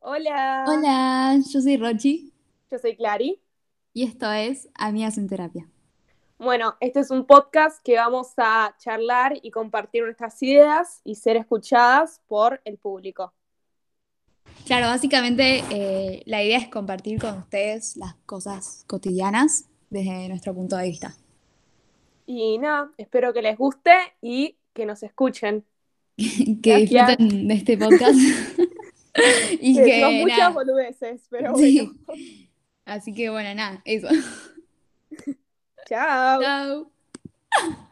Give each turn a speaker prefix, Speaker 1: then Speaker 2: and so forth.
Speaker 1: Hola,
Speaker 2: Hola, yo soy Rochi
Speaker 1: yo soy Clary.
Speaker 2: y esto es Amigas en Terapia.
Speaker 1: Bueno, este es un podcast que vamos a charlar y compartir nuestras ideas y ser escuchadas por el público.
Speaker 2: Claro, básicamente eh, la idea es compartir con ustedes las cosas cotidianas desde nuestro punto de vista.
Speaker 1: Y nada, espero que les guste y que nos escuchen.
Speaker 2: Que
Speaker 1: Gracias.
Speaker 2: disfruten de este podcast y
Speaker 1: Que decimos
Speaker 2: que
Speaker 1: muchas
Speaker 2: nada,
Speaker 1: boludeces, pero bueno.
Speaker 2: sí. Así que bueno, nada, eso.
Speaker 1: Chao.
Speaker 2: Chao.